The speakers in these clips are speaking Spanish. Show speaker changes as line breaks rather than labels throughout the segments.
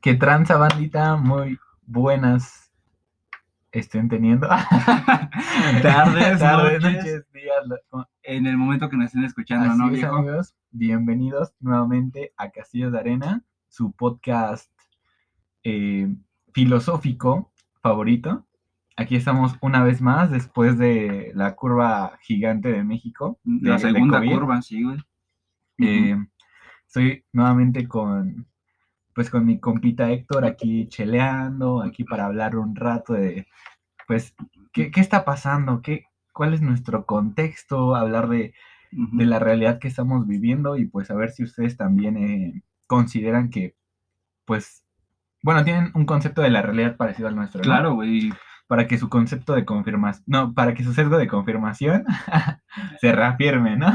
Que tranza bandita, muy buenas estén teniendo.
Tardes,
Tardes,
noches.
noches, días. lo-
En el momento que nos estén escuchando,
Así
¿no,
es,
viejo?
amigos, bienvenidos nuevamente a Castillos de Arena, su podcast eh, filosófico favorito. Aquí estamos una vez más después de la curva gigante de México. de-
La
de
segunda
COVID.
curva, sí, güey.
Eh, Estoy nuevamente con, pues, con mi compita Héctor aquí cheleando, aquí para hablar un rato de, pues, ¿qué, qué está pasando? ¿Qué, ¿Cuál es nuestro contexto? Hablar de,
Ujú, ujú.
de la realidad que estamos viviendo y pues a ver si ustedes también eh, consideran que, pues, bueno, tienen un concepto de la realidad parecido al nuestro. ¿no?
Claro, güey.
Para que su concepto de confirmación, no, para que su sesgo de confirmación se reafirme, ¿no?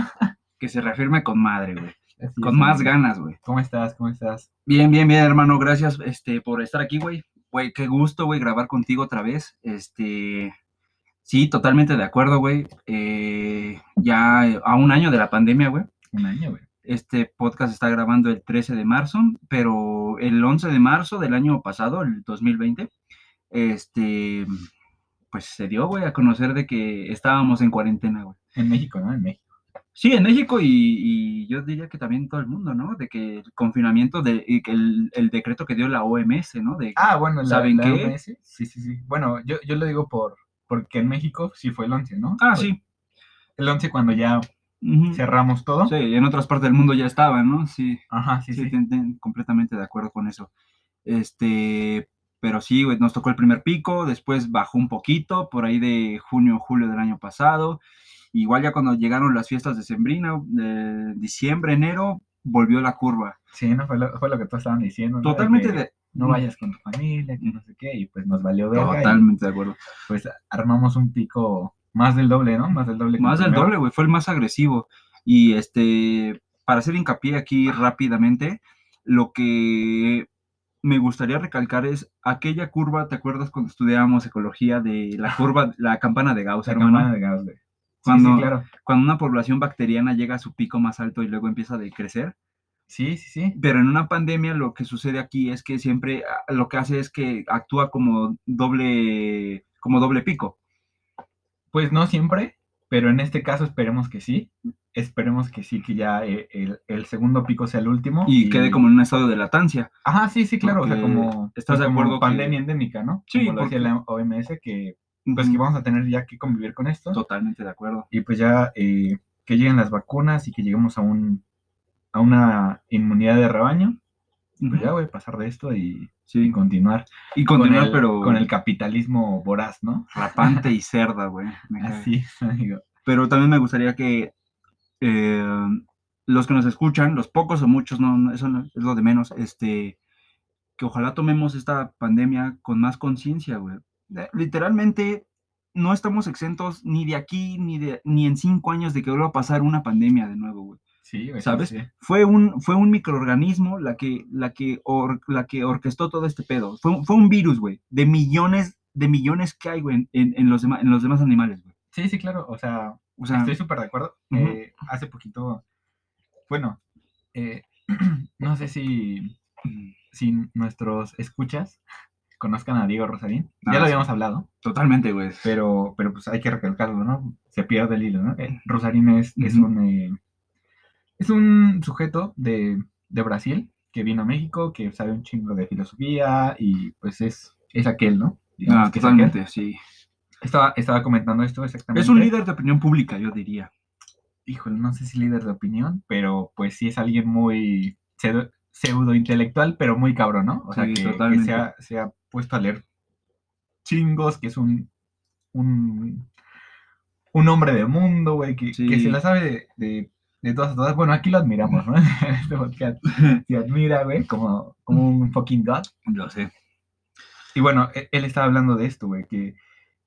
Que se reafirme con madre, güey.
Así
Con
es,
más
amigo.
ganas, güey.
¿Cómo estás? ¿Cómo estás?
Bien, bien, bien, hermano. Gracias este, por estar aquí, güey. Güey, qué gusto, güey, grabar contigo otra vez. Este. Sí, totalmente de acuerdo, güey. Eh, ya eh, a un año de la pandemia, güey.
Un año, güey.
Este podcast está grabando el 13 de marzo, pero el 11 de marzo del año pasado, el 2020, este, pues se dio, güey, a conocer de que estábamos en cuarentena, güey.
En México, ¿no? En México.
Sí, en México y, y yo diría que también todo el mundo, ¿no? De que el confinamiento, de, y que el, el decreto que dio la OMS, ¿no? De,
Ah, bueno, la,
¿Saben
la
qué?
OMS, Sí, sí, sí. Bueno, yo, yo lo digo por porque en México sí fue el 11, ¿no?
ah,
Fue
sí.
El 11 cuando ya
ujú.
cerramos todo.
Sí, en otras partes del mundo ya estaban, ¿no? Sí.
Ajá, sí,
sí,
sí.
te- te- completamente de acuerdo con eso. Este, pero sí, güey, nos tocó el primer pico, después bajó un poquito, por ahí de junio, julio del año pasado. Igual ya cuando llegaron las fiestas de Sembrina, de diciembre, enero, volvió la curva.
Sí, no fue lo, fue lo que todos estaban diciendo. ¿no? De
Totalmente
que
de,
No vayas con tu familia, que no sé qué, y pues nos valió verga. y,
totalmente de acuerdo.
pues armamos un pico más del doble, ¿no? Más del doble. que
Más
el
del
primero.
doble, güey, fue el más agresivo. Y este, para hacer hincapié aquí rápidamente, lo que me gustaría recalcar es aquella curva, ¿te acuerdas cuando estudiábamos ecología de la curva, la campana de Gauss,
La
hermano?
campana de Gauss, güey. Sí,
Cuando-
sí, claro.
Cuando una población bacteriana llega a su pico más alto y luego empieza a decrecer.
Sí, sí, sí.
Pero en una pandemia lo que sucede aquí es que siempre ah, lo que hace es que actúa como doble, como doble pico.
Pues no siempre, pero en este caso esperemos que sí. Esperemos que sí, que ya eh, el, el segundo pico sea el último.
Y quede como en un estado de latancia.
Ajá, sí, sí, claro. O sea,
Porque
como. pues,
estás de
como
acuerdo que-
Pandemia endémica, ¿no?
Sí,
Como lo decía
porque-
la OMS, que pues que
Ujú,
vamos a tener ya que convivir con esto.
Totalmente de acuerdo.
Y pues ya eh, que lleguen las vacunas y que lleguemos a un a una inmunidad de rebaño. Y Pues
Ujú.
ya, güey, pasar de esto y, y
Sí,
continuar.
y continuar,
con el,
pero
Con el capitalismo voraz, ¿no?
rapante y cerda, güey. me caga.
Así es, amigo.
Pero también me gustaría que eh, los que nos escuchan, los pocos o muchos, no, no, eso no- es lo de menos, este, que ojalá tomemos esta pandemia con más conciencia, güey. De- Literalmente no estamos exentos ni de aquí ni de ni en cinco años de que vuelva a pasar una pandemia de nuevo, güey.
Sí, güey. sí,
¿Sabes?
sí.
Fue un, fue un microorganismo la que, la, que or- la que orquestó todo este pedo. Fue, un- fue un virus, güey, de millones, de millones que hay, güey, en, en- en los, dema- en los demás animales, güey.
Sí, sí, claro. O sea,
O sea,
Estoy súper de acuerdo.
Ah. Ujú.
Eh, hace poquito, bueno, eh, no sé si,
mm,
si nuestros escuchas conozcan a Diego Rosarín.
Ah,
ya lo
sí.
habíamos hablado,
totalmente, güey.
pero, pero pues hay que recalcarlo, ¿no? Se pierde el hilo, ¿no? Eh, Rosarín es, es
Ujú.
un eh, es un sujeto de, de Brasil que vino a México, que sabe un chingo de filosofía y pues es, es aquel, ¿no? Digamos
Ah,
que es aquel.
totalmente, sí.
Estaba, estaba comentando esto exactamente.
Es un líder de opinión pública, yo diría.
híjole, no sé si líder de opinión, pero pues sí es alguien muy pseudo, intelectual, pero muy cabrón, ¿no? O sea,
Sí,
que- que,
totalmente.
se, ha, se ha puesto a leer chingos, que es un, un, un hombre de mundo, güey, que,
Sí.
que se la sabe de, de, de todas a todas. Bueno, aquí lo admiramos, ¿no? En este podcast se admira, güey, como, como un fucking god.
Lo sé.
Y bueno, e- él estaba hablando de esto, güey, que,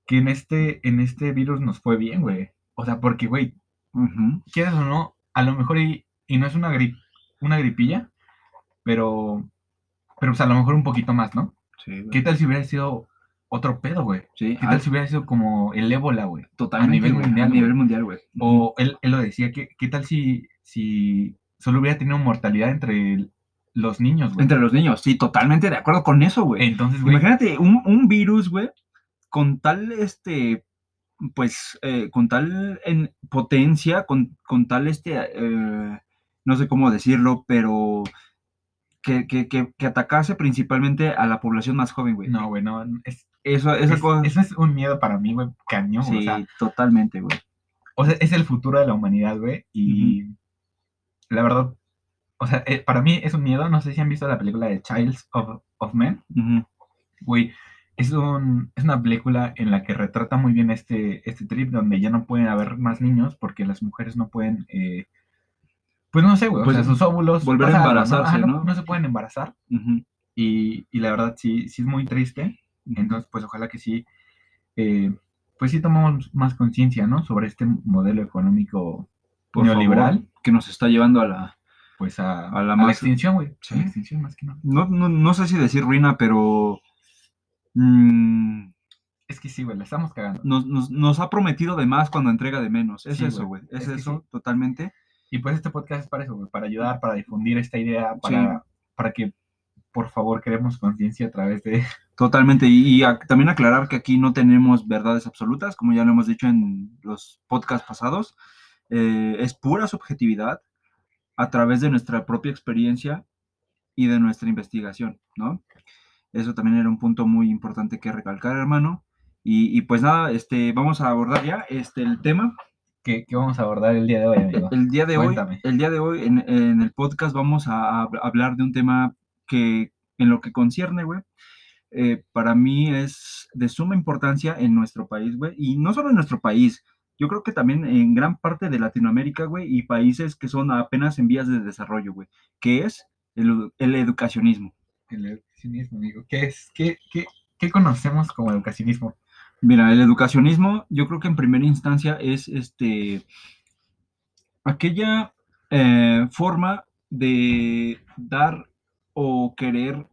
que en, este, en este virus nos fue bien, güey. O sea, porque, güey,
Ujú.
quieras o no, a lo mejor y, y no es una, gri- una gripilla, pero, pero pues a lo mejor un poquito más, ¿no?
Sí, güey.
¿Qué tal si hubiera sido otro pedo, güey?
Sí,
¿Qué
ah,
tal si hubiera sido como el ébola, güey?
totalmente,
nivel
güey,
mundial,
a nivel
güey.
mundial, güey.
O él, él lo decía, ¿qué, qué tal si, si solo hubiera tenido mortalidad entre el- los niños, güey.
Entre los niños, sí, totalmente de acuerdo con eso, güey.
Entonces, güey,
Imagínate un, un virus, güey, con tal, este, pues, eh, con tal en potencia, con, con tal, este, eh, no sé cómo decirlo, pero que, que, que, que atacase principalmente a la población más joven, güey.
no, güey, no. es-
Eso, esa
es-
cosa.
Eso es un miedo para mí, güey, cañón.
sí,
O, sea,
totalmente, güey.
o sea, es el futuro de la humanidad, güey. Y la verdad, o sea, eh, para mí es un miedo. No sé si han visto la película de Childs of, of Men.
Ujú.
Güey, es, un, es una película en la que retrata muy bien este, este trip donde ya no pueden haber más niños porque las mujeres no pueden, eh, pues no sé, güey,
Pues,
o sea, sus óvulos.
volver
pasa algo,
a
¿no?
embarazarse,
Ajá,
¿no?
No se pueden embarazar
Ujú.
y, y la verdad sí, sí es muy triste. Entonces, pues ojalá que sí, eh, pues sí tomamos más conciencia, ¿no? Sobre este modelo económico
Por favor,
neoliberal,
que nos está llevando a la.
pues a,
A la más-
extinción, güey. A
Sí.
la extinción más que nada.
No, no, no sé si decir ruina, pero. mm,
Es que sí, güey, la estamos cagando.
nos, nos- nos ha prometido de más cuando entrega de menos. Es
Sí,
eso,
güey.
güey. Es,
Es que
eso, totalmente.
Y pues este podcast es para eso, güey, para ayudar, para difundir esta idea, para, para que por favor creemos conciencia a través de...
Totalmente. Y, y ac- también aclarar que aquí no tenemos verdades absolutas, como ya lo hemos dicho en los podcasts pasados. Eh, es pura subjetividad a través de nuestra propia experiencia y de nuestra investigación, ¿no? Eso también era un punto muy importante que recalcar, hermano. Y, y pues nada, este, vamos a abordar ya este, el tema.
que, que vamos a abordar el día de hoy,
El-
amigo.
El día de hoy,
Cuéntame.
el día de hoy en, en el podcast vamos a, a hab- hablar de un tema que en lo que concierne, güey, eh, para mí es de suma importancia en nuestro país, güey, y no solo en nuestro país, yo creo que también en gran parte de Latinoamérica, güey, y países que son apenas en vías de desarrollo, güey, que es el, edu- el educacionismo.
El educacionismo, amigo. ¿Qué es? ¿Qué, qué, qué conocemos como educacionismo?
Mira, el educacionismo, yo creo que en primera instancia es este aquella eh, forma de dar o querer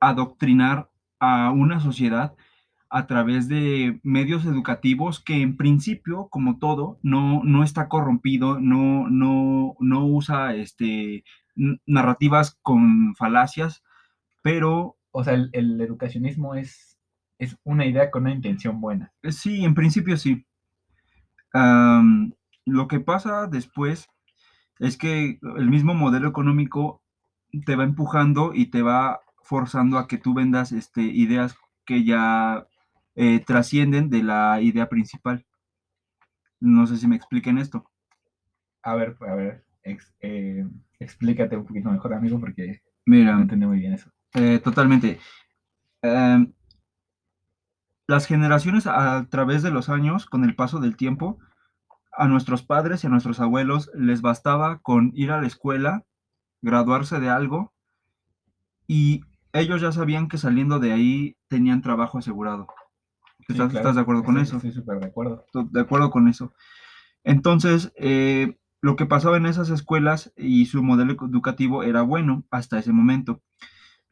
adoctrinar a una sociedad a través de medios educativos que en principio, como todo, no, no está corrompido, no, no, no usa este, n- narrativas con falacias, pero
O sea, el, el educacionismo es, es una idea con una intención buena.
Eh, Sí, en principio sí. Am, lo que pasa después es que el mismo modelo económico te va empujando y te va forzando a que tú vendas este, ideas que ya eh, trascienden de la idea principal. No sé si me expliquen esto.
A ver, a ver, ex- eh, explícate un poquito mejor, amigo, porque no
Mira,
entendí muy bien eso.
Eh, totalmente. Em, las generaciones a través de los años, con el paso del tiempo, a nuestros padres y a nuestros abuelos les bastaba con ir a la escuela, graduarse de algo, y ellos ya sabían que saliendo de ahí tenían trabajo asegurado.
Sí,
¿Estás,
claro,
estás de acuerdo con
estoy-
eso?
Estoy súper de acuerdo.
to- de acuerdo con eso. Entonces, eh, lo que pasaba en esas escuelas y su modelo ecu- educativo era bueno hasta ese momento.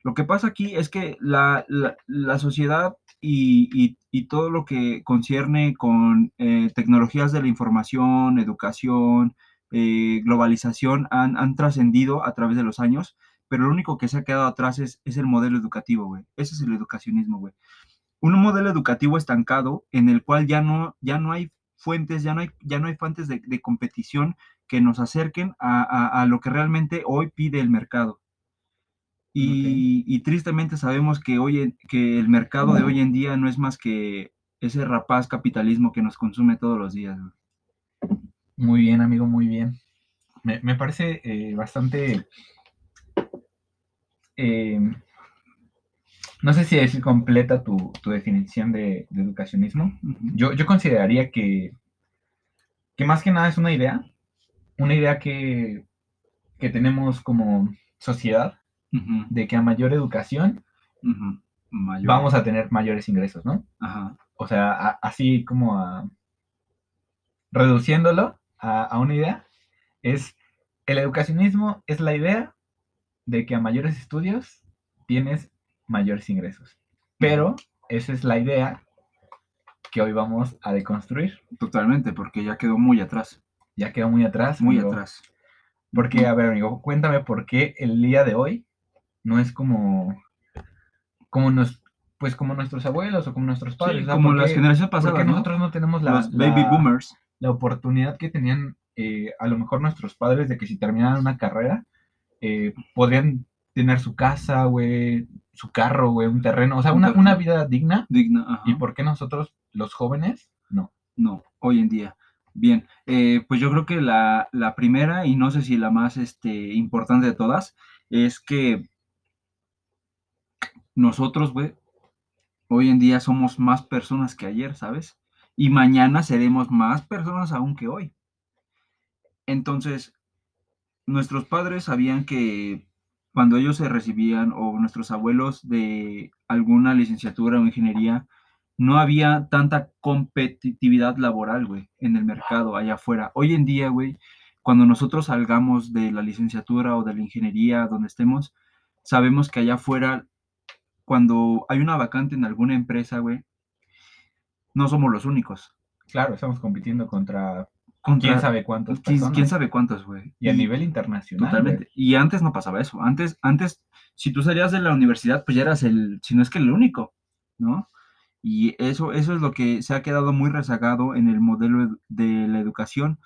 Lo que pasa aquí es que la, la- la sociedad y, y- y todo lo que concierne con eh, tecnologías de la información, educación, eh, globalización han, han trascendido a través de los años, pero lo único que se ha quedado atrás es, es el modelo educativo, güey. Ese es el educacionismo, güey un modelo educativo estancado en el cual ya no, ya no hay fuentes, ya no hay, ya no hay fuentes de, de competición que nos acerquen a, a- a lo que realmente hoy pide el mercado. Y, y tristemente sabemos que, hoy, en- que el mercado de hoy en día no es más que ese rapaz capitalismo que nos consume todos los días. güey.
Muy bien, amigo, muy bien. Me, me parece eh, bastante... eh, no sé si decir completa tu, tu definición de- de educacionismo,
Ujú.
Yo, yo consideraría que, que más que nada es una idea, una idea que, que tenemos como sociedad,
Ujú,
de que a mayor educación
ujú. Mayor.
vamos a tener mayores ingresos, ¿no?
Ajá.
O sea, a- así como a- reduciéndolo a, a una idea, es el educacionismo es la idea de que a mayores estudios tienes mayores ingresos. Pero esa es la idea que hoy vamos a deconstruir.
Totalmente, porque ya quedó muy atrás.
Ya quedó muy atrás.
Muy
amigo.
atrás.
Porque, a ver, amigo, cuéntame por qué el día de hoy no es como, como nos, pues como nuestros abuelos o como nuestros padres.
Sí,
¿verdad?
como
Porque-
las
porque
generaciones pasadas, ¿no?
nosotros no tenemos la,
Los baby
la-
boomers.
la oportunidad que tenían eh, a lo mejor nuestros padres de que si terminaran una carrera, eh, podrían tener su casa, güey, su carro, güey, un terreno, o sea,
Un
una,
terreno.
una vida digna.
Digna, ajá.
¿Y por qué nosotros, los jóvenes, no?
No, hoy en día. Bien, eh, pues yo creo que la, la primera y no sé si la más este, importante de todas es que nosotros, güey, hoy en día somos más personas que ayer, ¿sabes? Y mañana seremos más personas aún que hoy. Entonces, nuestros padres sabían que cuando ellos se recibían o nuestros abuelos de alguna licenciatura o ingeniería, no había tanta competitividad laboral, güey, en el mercado allá afuera. Hoy en día, güey, cuando nosotros salgamos de la licenciatura o de la ingeniería, donde estemos, sabemos que allá afuera, cuando hay una vacante en alguna empresa, güey, no somos los únicos.
Claro, estamos compitiendo contra
Contra-
quién sabe cuántas
quién-
personas.
quién sabe cuántos, güey.
Y a nivel internacional.
Totalmente. Y antes no pasaba eso. Antes, antes, si tú salías de la universidad, pues ya eras el, si no es que el único, ¿no? Y eso, eso es lo que se ha quedado muy rezagado en el modelo ed- de la educación.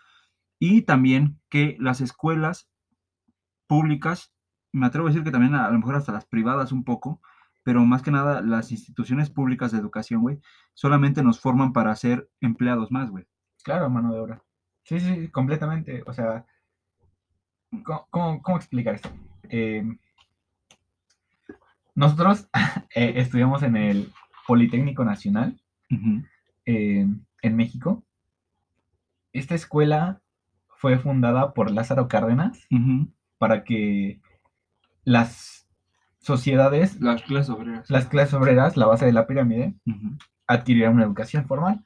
Y también que las escuelas públicas, me atrevo a decir que también a, a lo mejor hasta las privadas un poco, pero más que nada las instituciones públicas de educación, güey, solamente nos forman para ser empleados más, güey.
Claro, mano de obra. Sí, sí, completamente. O sea, ¿cómo, cómo- cómo explicar esto? Eh, nosotros eh, estudiamos en el Politécnico Nacional
Ujú.
eh, en México. Esta escuela fue fundada por Lázaro Cárdenas
Ujú.
para que las sociedades,
Las clases obreras.
las clases obreras, la base de la pirámide,
Ujú.
adquirieran una educación formal.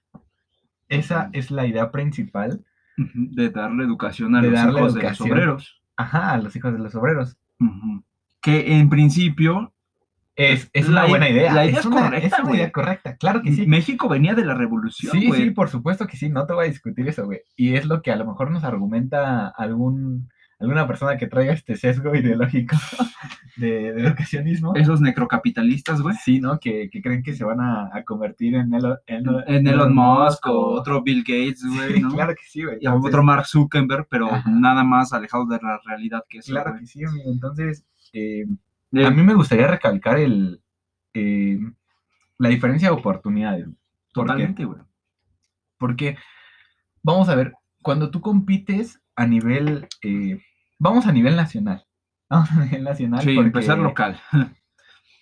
Esa es la idea principal
Ujú, De darle educación a
De
los
darle
hijos de los
educación.
obreros.
Ajá, a los hijos de los obreros.
Ujú. Que en principio
Es, es
La
una
i-
buena idea.
la idea es
una-
correcta,
Es una
güey.
idea correcta, claro que sí.
México venía de la revolución,
Sí,
güey.
sí, por supuesto que sí, no te voy a discutir eso, güey. Y es lo que a lo mejor nos argumenta algún, alguna persona que traiga este sesgo ideológico de, de educacionismo.
Esos necrocapitalistas, güey.
Sí, ¿no? Que, que creen que se van a, a convertir en, Elo- en,
En Elon Musk o otro Bill Gates, güey,
Sí,
¿no?
Claro que sí, güey.
Y a otro
Entonces,
Mark Zuckerberg, pero
Ajá.
nada más alejado de la realidad que eso,
Claro
güey.
que sí, amigo. Entonces, eh,
Eh,
a mí me gustaría recalcar el, eh, la diferencia de oportunidades. ¿Por qué?
totalmente, güey.
Porque, vamos a ver, cuando tú compites a nivel, eh, vamos a nivel nacional. Vamos a nivel nacional.
Sí,
porque,
empezar local.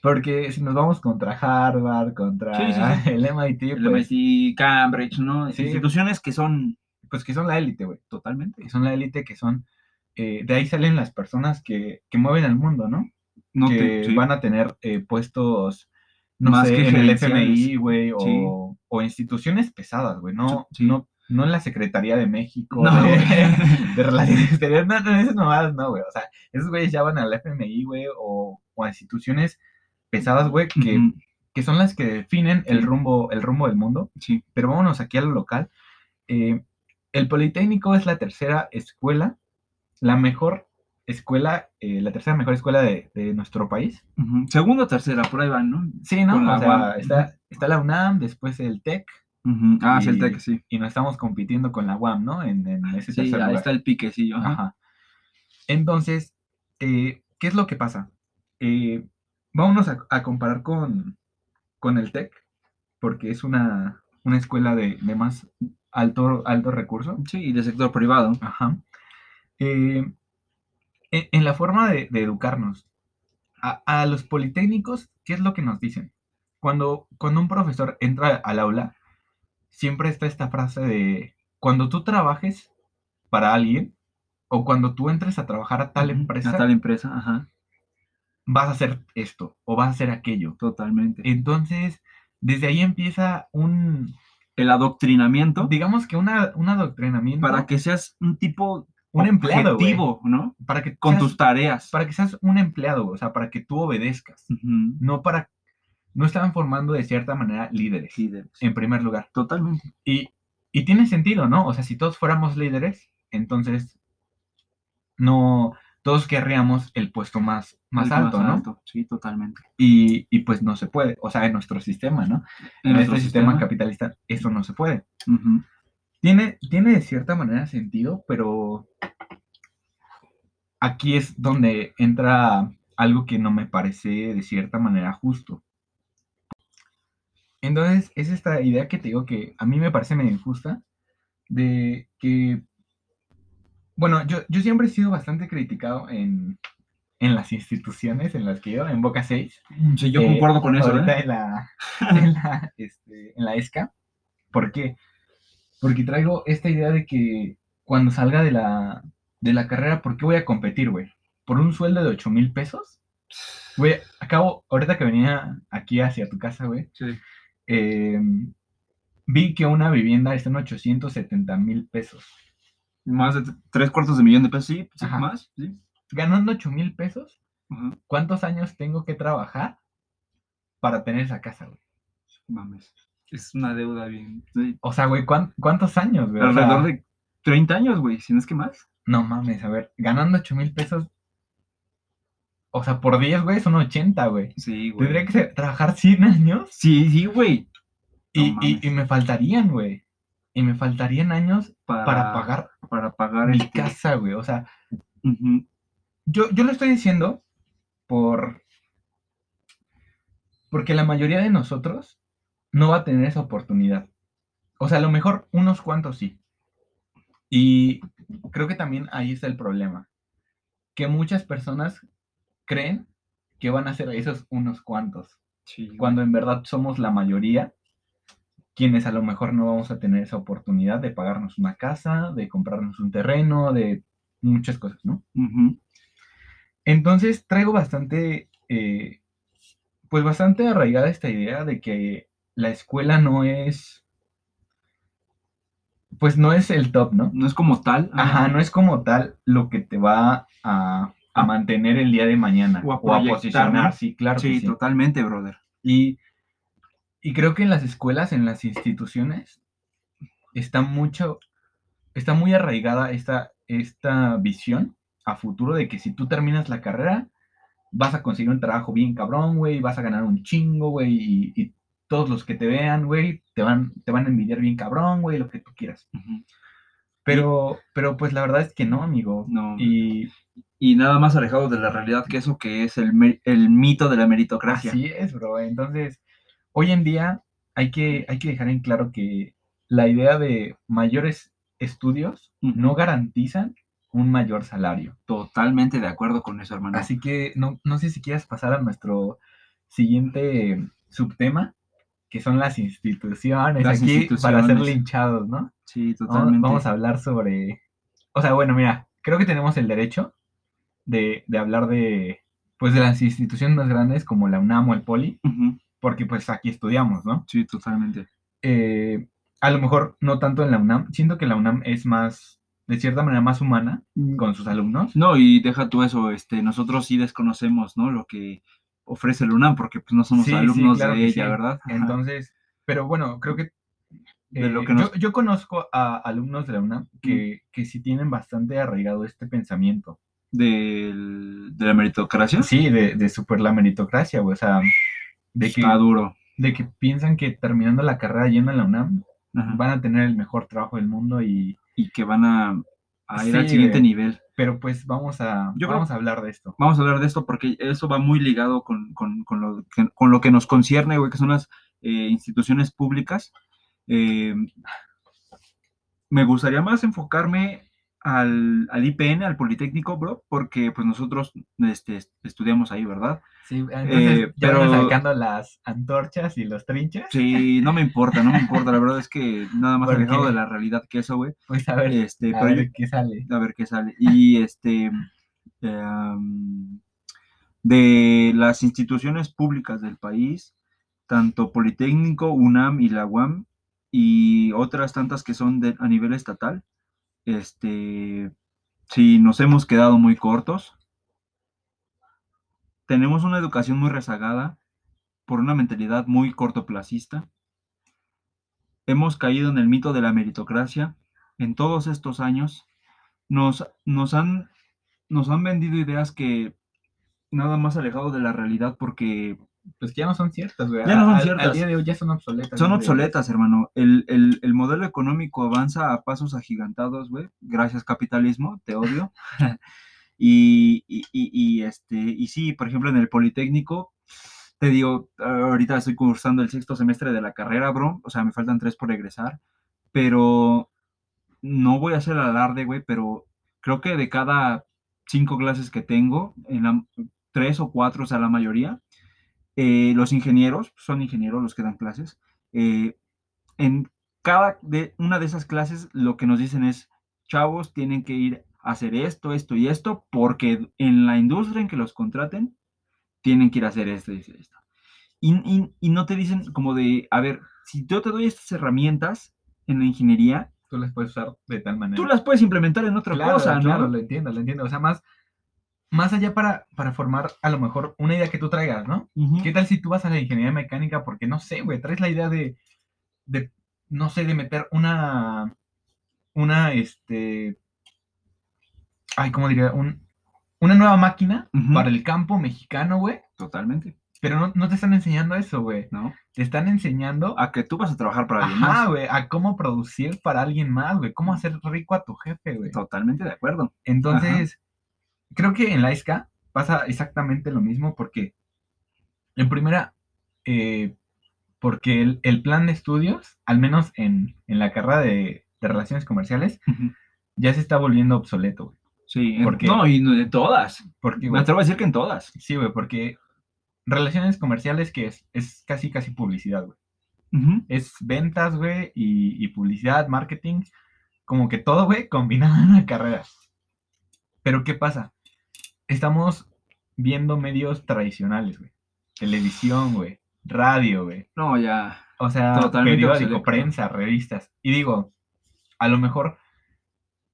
Porque si nos vamos contra Harvard, contra
Sí, sí, sí.
el MIT, pues,
El MIT, Cambridge, ¿no?
Sí.
Instituciones que son
pues que son la élite, güey.
totalmente.
Que son la élite, que son... eh, de ahí salen las personas que, que mueven al mundo, ¿no?
No
que
te- sí.
van a tener eh, puestos, no
Más
sé,
que
en el
gerenciales.
FMI, güey,
Sí.
o, o instituciones pesadas, güey, no,
Sí.
no, no en la Secretaría de México, de,
No, güey.
de Relaciones Exteriores, no, no, esas mamadas no, güey, o sea, esos güeyes ya van al FMI, güey, o, o a instituciones pesadas, güey, que,
Ujú,
que son las que definen el
Sí.
rumbo, el rumbo del mundo,
Sí.
pero vámonos aquí a lo local. Eh, el Politécnico es la tercera escuela, la mejor escuela, eh, la tercera mejor escuela de- de nuestro país.
Ujú. Segunda o tercera, por ahí van, ¿no?
Sí, ¿no?
Con la
o sea,
UAM.
está, está la UNAM, después el TEC,
Ujú. Ah, es el
Y-
TEC, sí.
y nos estamos compitiendo con la UAM, ¿no? En, en ese
Sí, ahí
tercer lugar.
está el piquecillo. ajá.
Ajá. Entonces, eh, ¿qué es lo que pasa? Eh, vámonos a, a comparar con, con el TEC, porque es una, una escuela de, de más alto, alto recurso.
Sí, y del sector privado.
Ajá. Eh, en, en la forma de, de educarnos, a, a los politécnicos, ¿qué es lo que nos dicen? Cuando, cuando un profesor entra al aula, siempre está esta frase de, cuando tú trabajes para alguien, o cuando tú entres a trabajar a tal
Ujú.
empresa,
A tal empresa, ajá,
vas a hacer esto, o vas a hacer aquello.
totalmente.
Entonces, desde ahí empieza un,
El adoctrinamiento
digamos que una, un adoctrinamiento,
para que seas un tipo
un empleado, güey,
objetivo, ¿no?
para que
Con
seas-
tus tareas.
para que seas un empleado, o sea, para que tú obedezcas,
Ujú.
no para no estaban formando de cierta manera líderes
Líderes.
en primer lugar.
Totalmente.
Y y tiene sentido, ¿no? O sea, si todos fuéramos líderes, entonces no todos querríamos el puesto más, más
Algo
alto, ¿no?
Sí, totalmente.
Y, y pues no se puede, o sea, en nuestro sistema, ¿no? En,
nuestro
este sistema capitalista eso no se puede.
Ujú.
Tiene, tiene de cierta manera sentido, pero aquí es donde entra algo que no me parece de cierta manera justo. Entonces, es esta idea que te digo que a mí me parece medio injusta, de que, bueno, yo, yo siempre he sido bastante criticado en, en las instituciones en las que yo, en Boca 6,
Sí, yo
eh,
concuerdo con eso,
ahorita
¿eh?
en la, en la, este, en la ESCA. ¿Por qué? Porque traigo esta idea de que cuando salga de la, de la carrera, ¿por qué voy a competir, güey? ¿Por un sueldo de 8 mil pesos? Güey, acabo, ahorita que venía aquí hacia tu casa, güey,
Sí.
eh, vi que una vivienda está en 870 mil pesos.
Más de t- tres cuartos de millón de pesos, sí, sí,
Ajá.
más, sí.
Ganando 8 mil pesos,
Ajá.
¿cuántos años tengo que trabajar para tener esa casa, güey?
Mames. Es una deuda bien. sí.
O sea, güey, ¿cuán- ¿cuántos años, güey? O sea,
Alrededor de 30 años, güey, si no es que más.
No mames, a ver, ganando 8 mil pesos. O sea, por 10, güey, son 80, güey.
Sí,
Tendría que ser- trabajar 100 años
Sí, sí, güey.
y,
No
y-
mames.
y me faltarían, güey. Y me faltarían años
Para,
para pagar
Para pagar
mi
este-
casa, güey. O sea,
Ujú.
yo, yo lo estoy diciendo por. Porque la mayoría de nosotros no va a tener esa oportunidad. O sea, a lo mejor unos cuantos sí. Y creo que también ahí está el problema. Que muchas personas creen que van a ser esos unos cuantos.
Sí, güey.
Cuando en verdad somos la mayoría quienes a lo mejor no vamos a tener esa oportunidad de pagarnos una casa, de comprarnos un terreno, de muchas cosas, ¿no?
Ujú.
Entonces traigo bastante, eh, pues bastante arraigada esta idea de que la escuela no es, pues no es el top, ¿no?
No es como tal.
Ajá, no es como tal lo que te va a, a
Ah.
mantener el día de mañana
O a proyectar,
posicionar,
¿no?
sí, claro que
Sí,
sí.
totalmente, brother.
Y, y creo que en las escuelas, en las instituciones, está mucho, está muy arraigada esta, esta visión a futuro de que si tú terminas la carrera, vas a conseguir un trabajo bien cabrón, güey, vas a ganar un chingo, güey, y, y todos los que te vean, güey, te van, te van a envidiar bien cabrón, güey, lo que tú quieras.
Ujú.
Pero, pero pues la verdad es que no, amigo.
No.
Y
y nada más alejado de la realidad que eso que es el, mer- el mito de la meritocracia.
Así es, bro. Entonces, hoy en día hay que, hay que dejar en claro que la idea de mayores estudios
Ujú.
no garantizan un mayor salario.
Totalmente de acuerdo con eso, hermano.
Así que no, no sé si quieras pasar a nuestro siguiente subtema, que son las instituciones.
Las
Aquí para ser
instituciones.
linchados, ¿no?
Sí,
Vamos-
totalmente.
Vamos a hablar sobre... O sea, bueno, mira, creo que tenemos el derecho de, de hablar de, pues, de las instituciones más grandes como la UNAM o el Poli
Ujú.
porque pues aquí estudiamos, ¿no?
Sí, totalmente.
Eh, a lo mejor no tanto en la UNAM, siento que la UNAM es más, de cierta manera, más humana
Mm.
con sus alumnos.
No, y deja tú eso, este, nosotros sí desconocemos, ¿no? Lo que ofrece el UNAM, porque pues no somos
Sí, sí,
alumnos
claro
de
que
ella,
sí.
¿verdad? Ajá.
Entonces, pero bueno, creo que,
De lo
eh,
que nos- Mm.
yo, yo conozco a alumnos de la UNAM que, que sí tienen bastante arraigado este pensamiento.
Del- de la meritocracia.
Sí, de, de super la meritocracia, güey, o sea, de que,
Está duro.
de que piensan que terminando la carrera yendo a la UNAM
Ajá.
van a tener el mejor trabajo del mundo y...
Y que van a, a ir
Sí,
al siguiente
güey.
nivel.
Pero pues vamos a,
Yo creo-
vamos a hablar de esto.
Vamos a hablar de esto porque eso va muy ligado con, con- con lo, que, con lo que nos concierne, güey, que son las eh, instituciones públicas. Eh, me gustaría más enfocarme al, al IPN, al Politécnico, bro, porque pues nosotros este, est- estudiamos ahí, ¿verdad?
Sí, entonces
Eh,
ya van
pero-
sacando las antorchas y los trinches.
Sí, no me importa, no me importa. La verdad es que nada más
¿Por
alejado
qué?
de la realidad que eso, güey.
Pues a ver,
Este,
a
pero
ver qué sale.
yo- a ver qué sale. Y este, em, de las instituciones públicas del país, tanto Politécnico, UNAM y la UAM, y otras tantas que son de- a nivel estatal, este, sí, nos hemos quedado muy cortos. Tenemos una educación muy rezagada por una mentalidad muy cortoplacista. Hemos caído en el mito de la meritocracia. En todos estos años nos, nos han nos han vendido ideas que nada más alejado de la realidad porque
Pues que ya no son ciertas, güey.
Ya no son
Al- Al,
ciertas.
día de hoy ya son obsoletas.
son
¿no?
obsoletas, hermano. El, el- el modelo económico avanza a pasos agigantados, güey. Gracias, capitalismo, te odio. y, y, y- y, este, y sí, por ejemplo, en el Politécnico, te digo, ahorita estoy cursando el sexto semestre de la carrera, bro. O sea, me faltan tres por egresar. Pero no voy a hacer alarde, güey, pero creo que de cada cinco clases que tengo, en la, tres o cuatro, o sea, la mayoría, eh, los ingenieros, son ingenieros los que dan clases, eh, en cada de, una de esas clases lo que nos dicen es, chavos, tienen que ir a hacer esto, esto y esto, porque en la industria en que los contraten, tienen que ir a hacer esto y esto. y esto". Y, y- y no te dicen como de, a ver, si yo te doy estas herramientas en la ingeniería,
Tú las puedes usar de tal manera.
tú las puedes implementar en otra
Claro,
cosa, ¿no?
claro, lo entiendo, lo entiendo. O sea, más, más allá para, para formar a lo mejor una idea que tú traigas, ¿no?
Ujú.
¿Qué tal si tú vas a la ingeniería mecánica? Porque no sé, güey, traes la idea de, de, no sé, de meter una, una, este, ay, ¿cómo diría? Un, una nueva máquina
Ujú.
para el campo mexicano, güey.
Totalmente,
Pero no, no te están enseñando eso, güey.
¿no?
Te están enseñando
A que tú vas a trabajar para alguien
ajá,
más.
güey, a cómo producir para alguien más, güey. Cómo hacer rico a tu jefe, güey.
Totalmente de acuerdo.
Entonces, creo que en la ISCA pasa exactamente lo mismo porque, en primera, eh, porque el, el plan de estudios, al menos en, en la carrera de, de relaciones comerciales,
Ujú.
ya se está volviendo obsoleto, güey.
Sí, en-
¿Por qué?
no, y no- de todas.
Porque,
Me
güey,
atrevo a decir que en todas.
sí, güey, porque relaciones comerciales que es, es casi, casi publicidad, güey.
Ujú.
Es ventas, güey, y, y publicidad, marketing, como que todo, güey, combinado en una carrera. Pero ¿qué pasa? Estamos viendo medios tradicionales, güey. Televisión, güey. Radio, güey.
No, ya.
O sea,
Totalmente
periódico,
obsoleto.
prensa, revistas. Y digo, a lo mejor,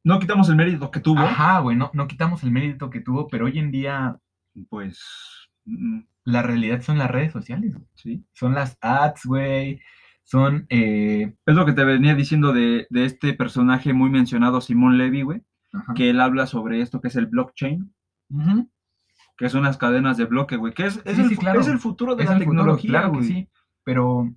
No quitamos el mérito que tuvo.
ajá, güey, no, no quitamos el mérito que tuvo, pero hoy en día
Pues. mm,
la realidad son las redes sociales, güey.
Sí.
Son las ads, güey. Son, eh,
Es lo que te venía diciendo de, de este personaje muy mencionado, Simón Levy, güey.
ajá.
Que él habla sobre esto que es el blockchain,
Ujú.
que son las cadenas de bloque, güey. Que es, es
Sí,
el,
sí,
fu-
claro.
es el futuro de
es
la
el futuro,
tecnología,
claro que
güey.
sí, pero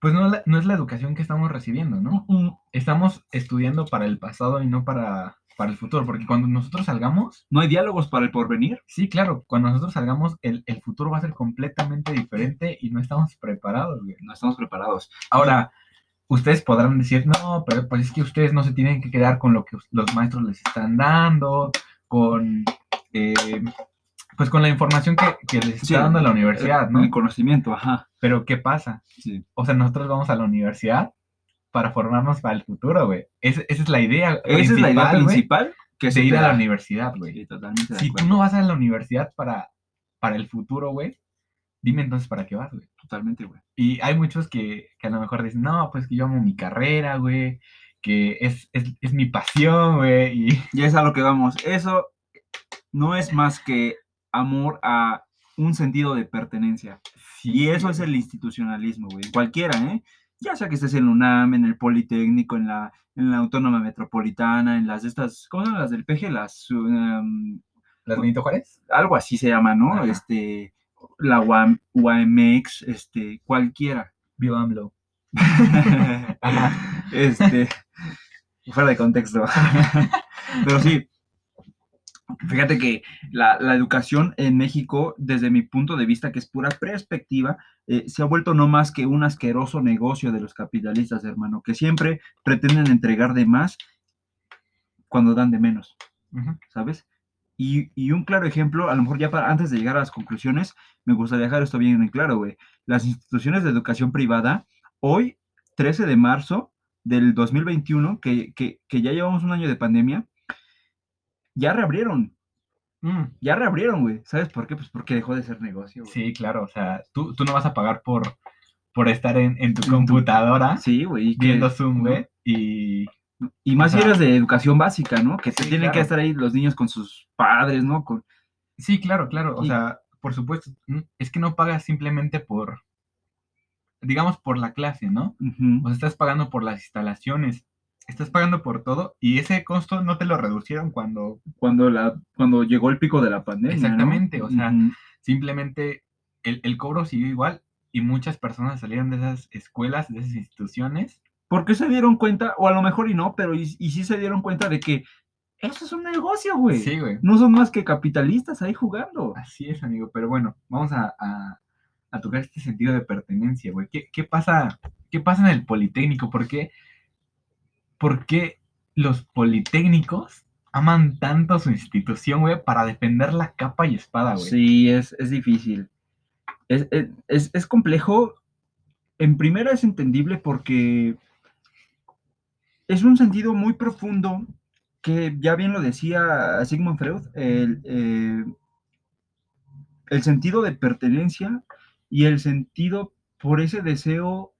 pues no, la- no es la educación que estamos recibiendo, ¿no?
Mm,
Estamos estudiando para el pasado y no para, para el futuro, porque cuando nosotros salgamos,
No hay diálogos para el porvenir.
sí, claro, cuando nosotros salgamos, el, el futuro va a ser completamente diferente y no estamos preparados, güey.
No estamos preparados.
Ahora, ustedes podrán decir, no, pero pues es que ustedes no se tienen que quedar con lo que us- los maestros les están dando, con... eh, pues con la información que, que les está
Sí,
dando la universidad,
eh,
¿no?
El conocimiento, ajá.
Pero ¿qué pasa?
Sí.
O sea, nosotros vamos a la universidad para formarnos para el futuro, güey. Es- esa es la idea
Esa es la idea
güey,
principal que se
de ir
te
a la
da.
universidad, güey.
Sí, totalmente de
si tú
acuerdo.
no vas a la universidad para, para el futuro, güey, dime entonces para qué vas, güey.
Totalmente, güey.
Y hay muchos que, que a lo mejor dicen, no, pues que yo amo mi carrera, güey, que es, es, es mi pasión, güey. Y
Ya es a lo que vamos. Eso no es más que amor a un sentido de pertenencia. Y eso es el institucionalismo, güey. en Cualquiera, ¿eh? Ya sea que estés en la UNAM, en el Politécnico, en la, en la Autónoma Metropolitana, en las de estas, ¿cómo se llaman las del PG? Las, um,
¿Las Benito Juárez?
algo así se llama, ¿no?
Ajá.
Este, la UAM, UAMX, este, cualquiera.
Viva AMLO. Ajá.
este, fuera de contexto. Pero sí, fíjate que la, la educación en México, desde mi punto de vista, que es pura perspectiva, eh, se ha vuelto no más que un asqueroso negocio de los capitalistas, hermano, que siempre pretenden entregar de más cuando dan de menos.
Ujú.
¿sabes? Y, y un claro ejemplo, a lo mejor ya para, antes de llegar a las conclusiones, me gustaría dejar esto bien en claro, güey. Las instituciones de educación privada, hoy, 13 de marzo del 2021, que, que, que ya llevamos un año de pandemia, ya reabrieron,
Mm.
ya reabrieron, güey. ¿Sabes por qué? Pues porque dejó de ser negocio, güey.
Sí, claro, o sea, tú, tú no vas a pagar por, por estar en, en tu
En tu-
computadora
Sí, güey. y que-
viendo Zoom,
¿no?
güey, y
Y más si
Ajá.
eres de educación básica, ¿no? Que te
Sí,
tienen que
claro.
estar ahí los niños con sus padres, ¿no? Con,
Sí, claro, claro. O
Y-
sea, por supuesto, n- es que no pagas simplemente por, digamos, por la clase, ¿no?
Ujú.
O sea, estás pagando por las instalaciones, estás pagando por todo y ese costo no te lo reducieron cuando
Cuando, la, cuando llegó el pico de la pandemia. ¿no?
Exactamente, o sea,
Ujú.
simplemente el, el cobro siguió igual y muchas personas salieron de esas escuelas, de esas instituciones.
Porque se dieron cuenta, o a lo mejor y no, pero y, y sí se dieron cuenta de que eso es un negocio, güey.
Sí, güey.
No son más que capitalistas ahí jugando.
Así es, amigo. Pero bueno, vamos a, a- a tocar este sentido de pertenencia, güey. ¿Qué, qué pasa, ¿Qué pasa en el Politécnico? ¿Por qué, por qué los Politécnicos aman tanto a su institución, güey, para defender la capa y espada, güey?
Sí, es, es difícil. Es, es- es- es complejo. En primera es entendible porque es un sentido muy profundo que ya bien lo decía Sigmund Freud, el, eh, el sentido de pertenencia y el sentido por ese deseo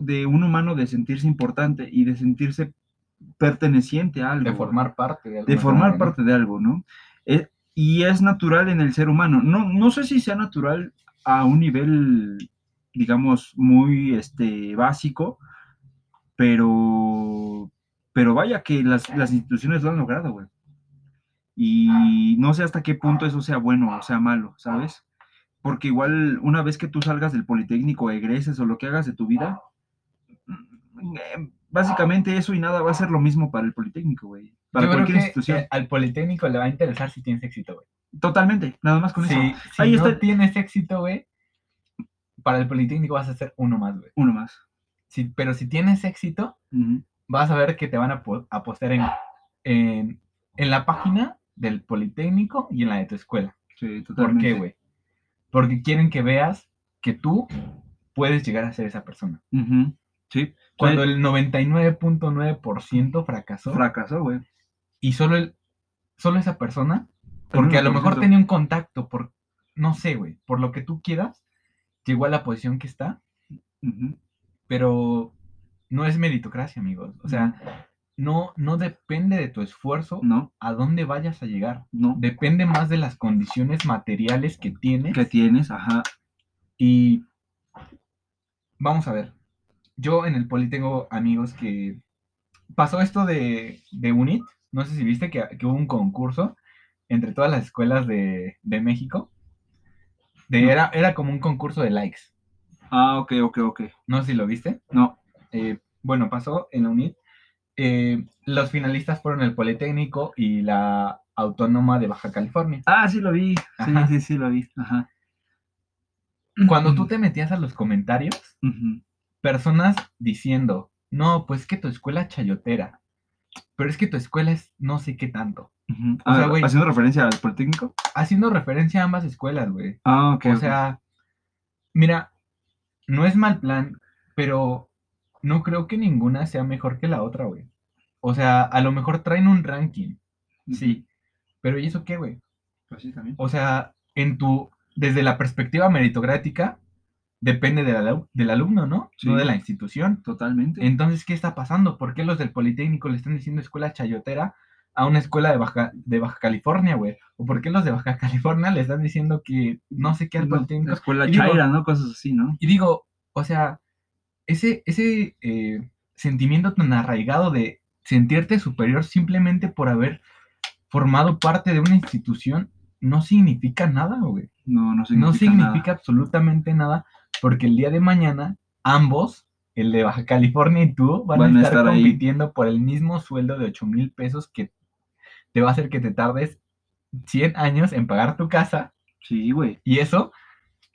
de un humano de sentirse importante y de sentirse perteneciente a algo.
De
güey
formar parte de
de
alguna
formar
manera, ¿no?
parte de algo, ¿no? Eh, y es natural en el ser humano. No, no sé si sea natural a un nivel, digamos, muy este, básico, pero, pero vaya que las, las instituciones lo han logrado, güey. Y no sé hasta qué punto eso sea bueno o sea malo, ¿sabes? Porque igual una vez que tú salgas del Politécnico, egreses o lo que hagas de tu vida, mm, eh, básicamente eso y nada va a ser lo mismo para el Politécnico, güey. Para
Yo creo
cualquier
que,
institución.
eh, al Politécnico le va a interesar si tienes éxito, güey.
Totalmente, nada más con
si
eso.
si
Ahí
no
está.
tienes éxito, güey, para el Politécnico vas a ser uno más, güey.
Uno más.
Si- pero si tienes éxito,
Ujú.
vas a ver que te van a po- a postear en, en, en la página del Politécnico y en la de tu escuela.
Sí,
¿Por
totalmente.
qué, güey? Porque quieren que veas que tú puedes llegar a ser esa persona.
Ujú, Sí.
Cuando
Sí,
el 99.9% fracasó
fracasó, güey.
y solo, el, solo esa persona, porque a lo mejor
1%.
tenía un contacto, por, no sé, güey, por lo que tú quieras, llegó a la posición que está,
Ujú,
pero no es meritocracia, amigos. O sea, no, no depende de tu esfuerzo
No,
a dónde vayas a llegar.
no.
Depende más de las condiciones materiales que tienes.
¿Qué tienes? Ajá.
Y vamos a ver. Yo en el poli tengo amigos que pasó esto de, de UNIT. No sé si viste que, que hubo un concurso entre todas las escuelas de, de México. De,
No.
era, era como un concurso de likes.
Ah, ok, ok, ok.
No sé si lo viste.
No.
Eh, bueno, pasó en la UNIT. Eh, los finalistas fueron el Politécnico y la Autónoma de Baja California.
Ah, sí lo vi. Sí,
Ajá.
sí, sí lo vi. Ajá.
Cuando tú te metías a los comentarios,
Ujú.
personas diciendo, no, pues que tu escuela es chayotera, pero es que tu escuela es no sé qué tanto.
Ujú.
O sea,
Ah,
güey.
Haciendo referencia al Politécnico.
Haciendo referencia a ambas escuelas, güey.
Ah, ok.
O
ok.
sea, mira, no es mal plan, pero no creo que ninguna sea mejor que la otra, güey. O sea, a lo mejor traen un ranking,
Ujú.
sí, pero ¿y eso qué, güey?
Pues sí, también.
O sea, en tu, desde la perspectiva meritocrática, depende del, alu- del alumno, ¿no? No de
Sí.
la institución.
Totalmente.
Entonces, ¿qué está pasando? ¿Por qué los del Politécnico le están diciendo escuela chayotera a una escuela de Baja, de Baja California, güey? ¿O por qué los de Baja California le están diciendo que no sé qué al
No,
Politécnico?
la escuela
Y digo-
chaira, ¿no? Cosas así, ¿no?
Y digo, o sea, ese, ese eh, sentimiento tan arraigado de sentirte superior simplemente por haber formado parte de una institución no significa nada, güey
No, no significa.
no significa
nada.
absolutamente nada porque el día de mañana ambos, el de Baja California y tú, van,
Van a
a estar,
estar ahí.
compitiendo por el mismo sueldo de 8 mil pesos que te va a hacer que te tardes 100 años en pagar tu casa
Sí, güey.
y eso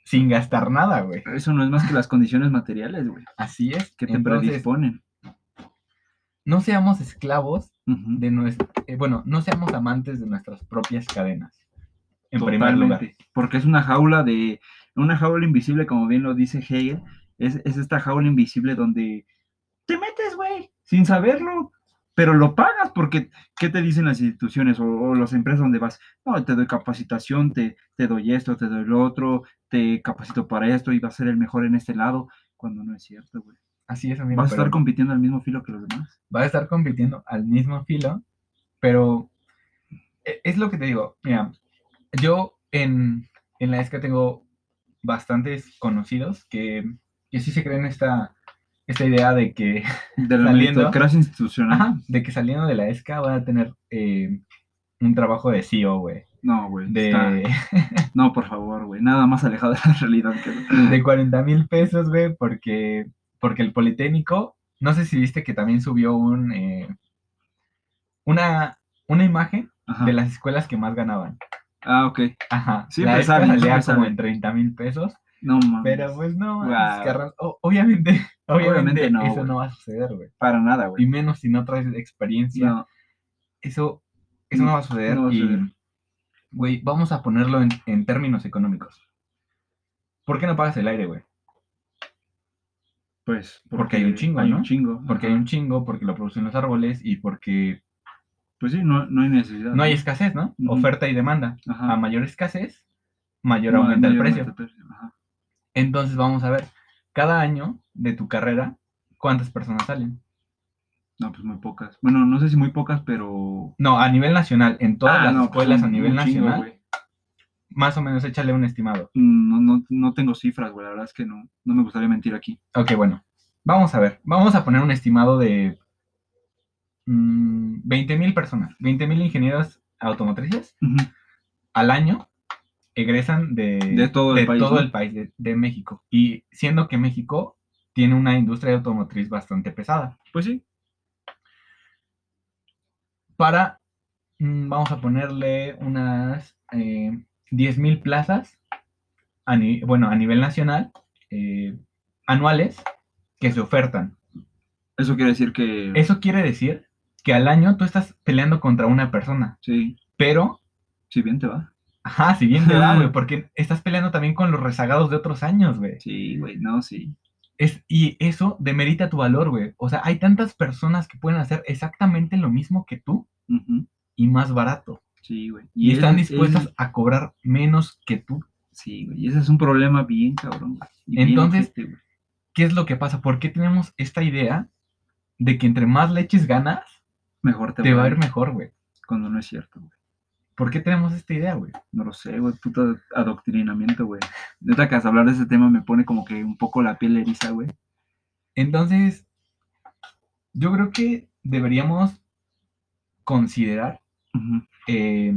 sin gastar nada, güey.
Eso no es más que las condiciones materiales, güey.
Así es.
Que te
Entonces,
predisponen.
no seamos esclavos
Ujú.
de nuestro, bueno, no seamos amantes de nuestras propias cadenas. En primer lugar.
Totalmente, Porque es una jaula de, una jaula invisible, como bien lo dice Hegel, es, es esta jaula invisible donde te metes, güey, sin saberlo, pero lo pagas, porque ¿qué te dicen las instituciones o, o las empresas donde vas? No, te doy capacitación, te, te doy esto, te doy lo otro, te capacito para esto y vas a ser el mejor en este lado, cuando no es cierto, güey.
Así es, amigo.
Vas a
pero-
estar compitiendo al mismo filo que los demás.
va a estar compitiendo al mismo filo, pero e- es lo que te digo, mira, yo en, en la ESCA tengo bastantes conocidos que, que sí se creen esta, esta idea de que,
De la
Saliendo.
meritocracia institucional.
ajá, de que saliendo de la ESCA van a tener eh, un trabajo de CEO, güey.
No, güey. está-
De,
No, por favor, güey. Nada más alejado de la realidad que
de 40 mil pesos, güey, porque, porque el Politécnico, no sé si viste que también subió un, eh, una, una imagen
Ajá.
de las escuelas que más ganaban.
Ah, ok.
Ajá.
Sí,
la
me
ESCA
saben, sí,
salía
me
como
saben.
en 30 mil pesos.
No mames.
Pero pues no, mames,
Guau.
carnal, o- obviamente, obviamente,
Obviamente no,
eso
güey.
no va a suceder, güey.
Para nada,
Y
güey.
menos si no traes experiencia.
No,
Eso, eso no va a suceder.
no va a
y,
suceder.
güey, vamos a ponerlo en, en términos económicos. ¿Por qué no pagas el aire, güey?
pues.
Porque hay un chingo,
Hay
¿no?
un chingo.
Porque hay un chingo, porque lo producen los árboles y porque
Pues sí, no, no hay necesidad.
no hay escasez, ¿no?
Ujú.
Oferta y demanda.
Ajá.
A mayor escasez, mayor
Ma-
aumenta el
mayor
precio.
aumenta el precio, ajá.
Entonces vamos a ver, cada año de tu carrera, ¿cuántas personas salen?
No, pues muy pocas. Bueno, no sé si muy pocas, pero.
No, a nivel nacional, en todas
Ah,
las
no, pues
escuelas a
un-
nivel
un chingo,
nacional,
güey.
más o menos échale un estimado.
No, no, no tengo cifras, güey. La verdad es que no, no me gustaría mentir aquí.
Ok, bueno, vamos a ver, vamos a poner un estimado de mm, 20 mil personas, 20 mil ingenieros automotrices
Ujú.
al año egresan de,
De todo el país,
todo
¿no?
el país, de, de México. Y siendo que México tiene una industria automotriz bastante pesada.
Pues sí.
Para, mm, vamos a ponerle unas eh, 10 mil plazas, a ni- bueno, a nivel nacional, eh, anuales, que se ofertan.
Eso quiere decir que.
Eso quiere decir que al año tú estás peleando contra una persona,
Sí,
pero,
sí, bien te va.
ajá, si bien te va, güey, porque estás peleando también con los rezagados de otros años, güey.
Sí, güey, no, sí.
Es, y eso demerita tu valor, güey. O sea, hay tantas personas que pueden hacer exactamente lo mismo que tú
Ujú,
y más barato.
Sí, güey.
Y,
es-
están
es-
dispuestas a cobrar menos que tú.
Sí, güey. Y ese es un problema bien cabrón, güey. y bien
Entonces,
ojete, güey.
¿Qué es lo que pasa? ¿Por qué tenemos esta idea de que entre más leches ganas,
mejor te,
te va a
ir
ir mejor, güey?
cuando no es cierto, güey.
¿Por qué tenemos esta idea, güey?
No lo sé, güey. Puto adoctrinamiento, güey. Neta que hasta hablar de ese tema me pone como que un poco la piel eriza, güey.
Entonces, yo creo que deberíamos considerar,
Ujú.
eh,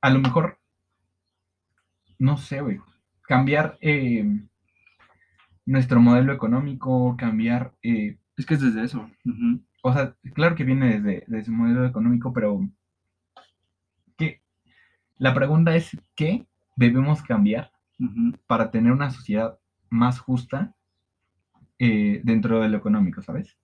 a lo mejor, no sé, güey, cambiar eh, nuestro modelo económico, cambiar, eh,
Es que es desde eso. ujú.
o sea, claro que viene desde, desde el modelo económico, pero ¿qué? la pregunta es, ¿qué debemos cambiar
Ujú,
para tener una sociedad más justa eh, dentro de lo económico, ¿sabes?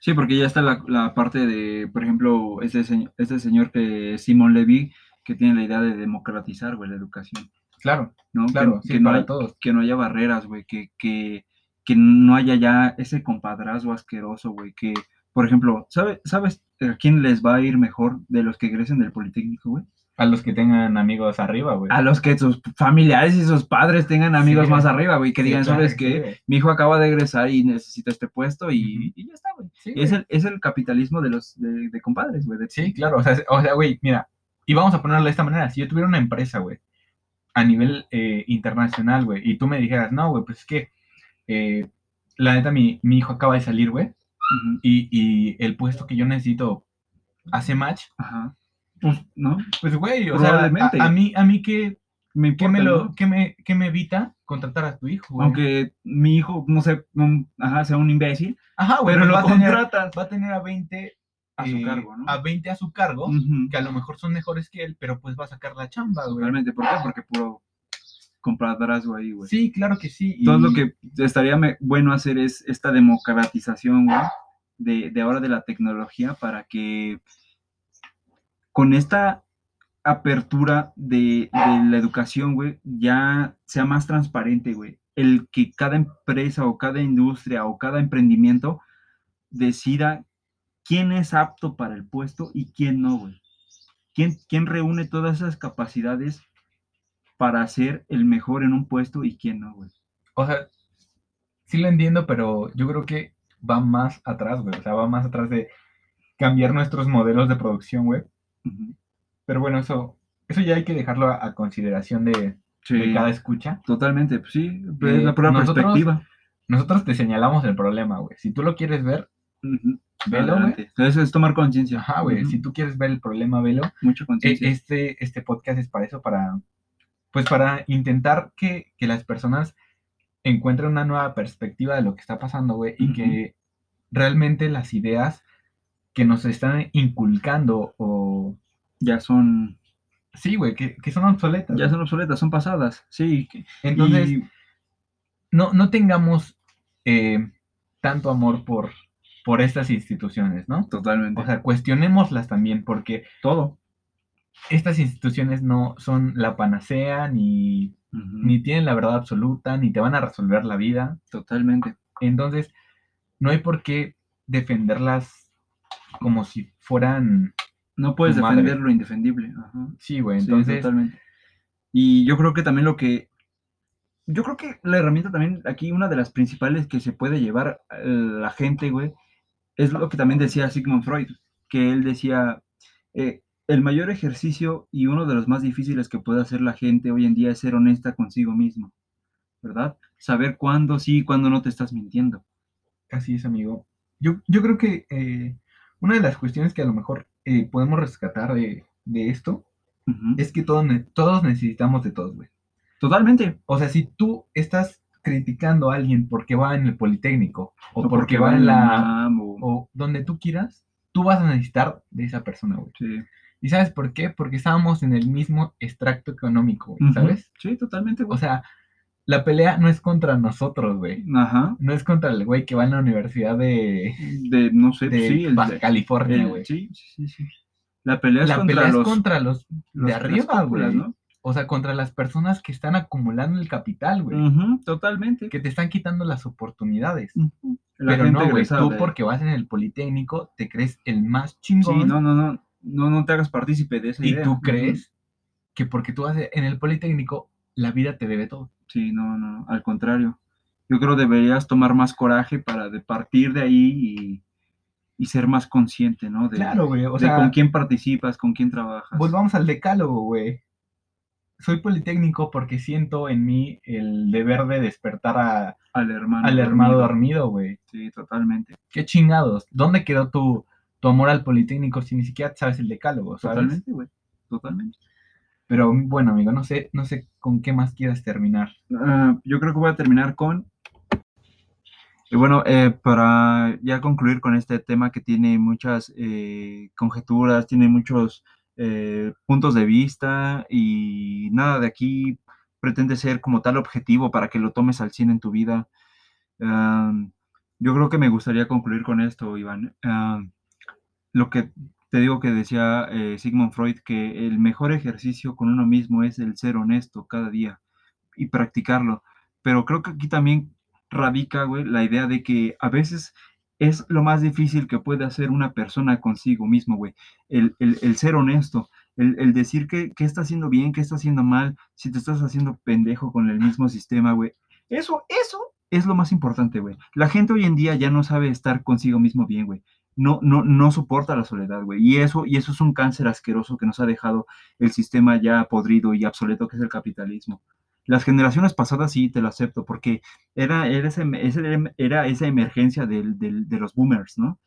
Sí, porque ya está la, la parte de, por ejemplo, este, señor- este señor que es Simon Levy, que tiene la idea de democratizar, güey, la educación,
Claro.
¿no? Que-
Claro,
que,
sí,
no
para
hay-
todos.
que no haya barreras, güey, que, que, que no haya ya ese compadrazgo asqueroso, güey, que, por ejemplo, ¿sabe, ¿sabes a quién les va a ir mejor de los que egresen del Politécnico, güey?
A los que tengan amigos arriba, güey.
A los que sus familiares y sus padres tengan amigos
Sí.
más arriba, güey, que
Sí,
digan,
claro
¿sabes
que
qué? Mi hijo acaba de egresar y necesita este puesto y,
Ujú.
y ya está, güey.
Sí, güey.
Es el, es el capitalismo de los de, de compadres, güey. de-
Sí, claro. O sea, o sea, güey, mira. Y vamos a ponerlo de esta manera. Si yo tuviera una empresa, güey, a nivel eh, internacional, güey, y tú me dijeras, no, güey, pues es que, eh, la neta, mi, mi hijo acaba de salir, güey,
Ujú,
y, y el puesto que yo necesito hace match,
Ajá. Pues, ¿no?
pues, güey, o sea, a,
Probablemente.
a mí, a mí que,
Me importa,
me
¿no?
lo, que me, qué me evita contratar a tu hijo, güey.
Aunque mi hijo, no sé, un- ajá, sea un imbécil,
Ajá, güey,
pero
pues
lo
va, a tener-
contratas.
va a tener a 20
A su
eh,
cargo, ¿no? Mm.
A 20 a su cargo.
Ujú,
que a lo mejor son mejores que él, pero pues va a sacar la chamba, güey.
Totalmente, ¿por qué? Porque puro compadrazgo ahí, güey.
Sí, claro que sí. y-
Todo lo que estaría me- bueno hacer es esta democratización, güey, de, de ahora de la tecnología para que con esta apertura de, de la educación, güey, ya sea más transparente, güey. El que cada empresa o cada industria o cada emprendimiento decida quién es apto para el puesto y quién no, güey. ¿Quién, quién reúne todas esas capacidades para ser el mejor en un puesto y quién no, güey?
O sea, sí lo entiendo, pero yo creo que va más atrás, güey. O sea, va más atrás de cambiar nuestros modelos de producción, güey.
Ujú.
Pero bueno, eso, eso ya hay que dejarlo a, a consideración de, de
Sí,
cada escucha.
totalmente, pues sí, pues
Eh,
es la pura
nosotros-
perspectiva.
Nosotros te señalamos el problema, güey. Si tú lo quieres ver,
Ujú,
velo, güey.
adelante. Entonces es tomar conciencia.
Ajá, güey.
Ujú,
Si tú quieres ver el problema, velo.
Mucha
E-
conciencia.
Este, este podcast es para eso, para, pues para intentar que, que las personas encuentren una nueva perspectiva de lo que está pasando, güey, y que realmente las ideas que nos están inculcando o...
ya son
Sí, güey, que, que son obsoletas.
ya son obsoletas, son pasadas. Sí. que-
Entonces,
y-
no, no tengamos eh, tanto amor por, por estas instituciones, ¿no?
totalmente.
O sea, cuestionémoslas también, porque
todo.
estas instituciones no son la panacea ni
Ujú,
ni tienen la verdad absoluta, ni te van a resolver la vida.
totalmente.
Entonces, no hay por qué defenderlas como si fueran...
No puedes
Tu madre.
defender lo indefendible. Ajá.
Sí, güey,
Sí,
entonces...
totalmente. Y yo creo que también lo que. Yo creo que la herramienta también, aquí una de las principales que se puede llevar eh, la gente, güey, es lo que también decía Sigmund Freud, que él decía: eh, el mayor ejercicio y uno de los más difíciles que puede hacer la gente hoy en día es ser honesta consigo mismo, ¿verdad? Saber cuándo sí y cuándo no te estás mintiendo.
Así es, amigo. Yo, yo creo que eh, una de las cuestiones que a lo mejor eh, podemos rescatar de, de esto
Ujú.
es que todos ne- todos necesitamos de todos, güey.
Totalmente.
O sea, si tú estás criticando a alguien porque va en el Politécnico o, porque, va en la...
UNAM o-
o donde tú quieras, tú vas a necesitar de esa persona, güey.
Sí.
¿Y sabes por qué? Porque estábamos en el mismo extracto económico, güey,
Ujú.
¿sabes?
Sí, totalmente.
O
güey.
sea, la pelea no es contra nosotros, güey.
Ajá.
No es contra el güey que va en la universidad de,
De, no sé,
de
sí, el,
Baja California,
El-
güey.
sí, sí, sí, sí. La pelea es
La
contra
pelea
los,
es contra los,
los-
de
las
arriba,
cúpulas,
güey.
¿no?
O sea, contra las personas que están acumulando el capital, güey.
Ujú, totalmente.
Que te están quitando las oportunidades.
Ujú. La
Pero
gente
no, güey.
egresada
Tú
de-
porque vas en el Politécnico, te crees el más
Sí,
chingón.
no, no, no, no, no te hagas partícipe de esa
y
idea.
tú
Ujú.
crees que porque tú vas en el Politécnico, la vida te debe todo.
Sí, no, no, al contrario. Yo creo deberías tomar más coraje para de partir de ahí y, y ser más consciente, ¿no? De,
Claro, güey. O
de
sea,
con quién participas, con quién trabajas.
volvamos al decálogo, güey. Soy politécnico porque siento en mí el deber de despertar a-
al hermano.
al hermano
dormido.
dormido, güey.
Sí, totalmente.
Qué chingados. ¿Dónde quedó tu, tu amor al politécnico si ni siquiera sabes el decálogo, sabes?
Totalmente, güey. Totalmente.
Pero bueno, amigo, no sé, no sé con qué más quieras terminar.
Ah, yo creo que voy a terminar con. Y bueno, eh, para ya concluir con este tema que tiene muchas eh, conjeturas, tiene muchos eh, puntos de vista y nada de aquí pretende ser como tal objetivo para que lo tomes al 100 en tu vida. Ah, yo creo que me gustaría concluir con esto, Iván. Ah, lo que te digo que decía eh, Sigmund Freud, que el mejor ejercicio con uno mismo es el ser honesto cada día y practicarlo. Pero creo que aquí también radica, güey, la idea de que a veces es lo más difícil que puede hacer una persona consigo mismo, güey. El, el- el ser honesto, el, el decir que, que está haciendo bien, que está haciendo mal, si te estás haciendo pendejo con el mismo sistema, güey. Eso, eso es lo más importante, güey. La gente hoy en día ya no sabe estar consigo mismo bien, güey. No, no, no soporta la soledad, güey. Y eso, y eso es un cáncer asqueroso que nos ha dejado el sistema ya podrido y obsoleto que es el capitalismo las generaciones pasadas sí te lo acepto, porque era, era, ese- ese- em- era esa emergencia del- del- de los boomers, ¿no?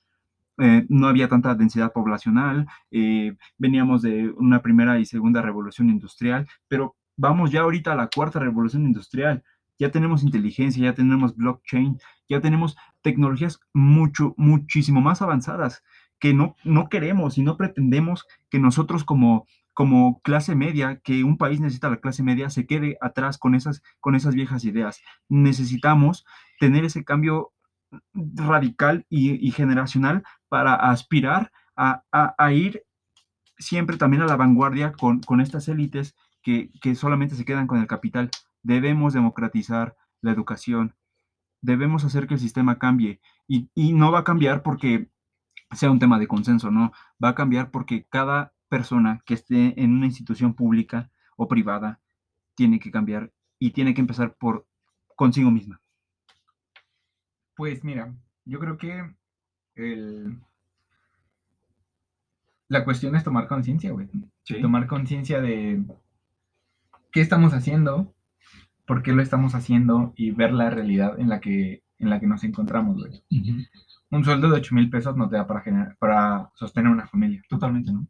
Eh, no había tanta densidad poblacional, eh, veníamos de una primera y segunda revolución industrial, pero vamos ya ahorita a la cuarta revolución industrial. Ya tenemos inteligencia, ya tenemos blockchain, ya tenemos tecnologías mucho, muchísimo más avanzadas que no, no queremos y no pretendemos que nosotros como, como clase media, que un país necesita la clase media, se quede atrás con esas, con esas viejas ideas. Necesitamos tener ese cambio radical y, y generacional para aspirar a, a- a ir siempre también a la vanguardia con, con estas élites que, que solamente se quedan con el capital. Debemos democratizar la educación, debemos hacer que el sistema cambie y, y no va a cambiar porque sea un tema de consenso, no, va a cambiar porque cada persona que esté en una institución pública o privada tiene que cambiar y tiene que empezar por consigo misma.
Pues mira, yo creo que el- la cuestión es tomar conciencia, güey. tomar conciencia de qué estamos haciendo, por qué lo estamos haciendo y ver la realidad en la que, en la que nos encontramos, güey. Un sueldo de 8 mil pesos no te da para, generar, para sostener una familia.
Totalmente, ¿no?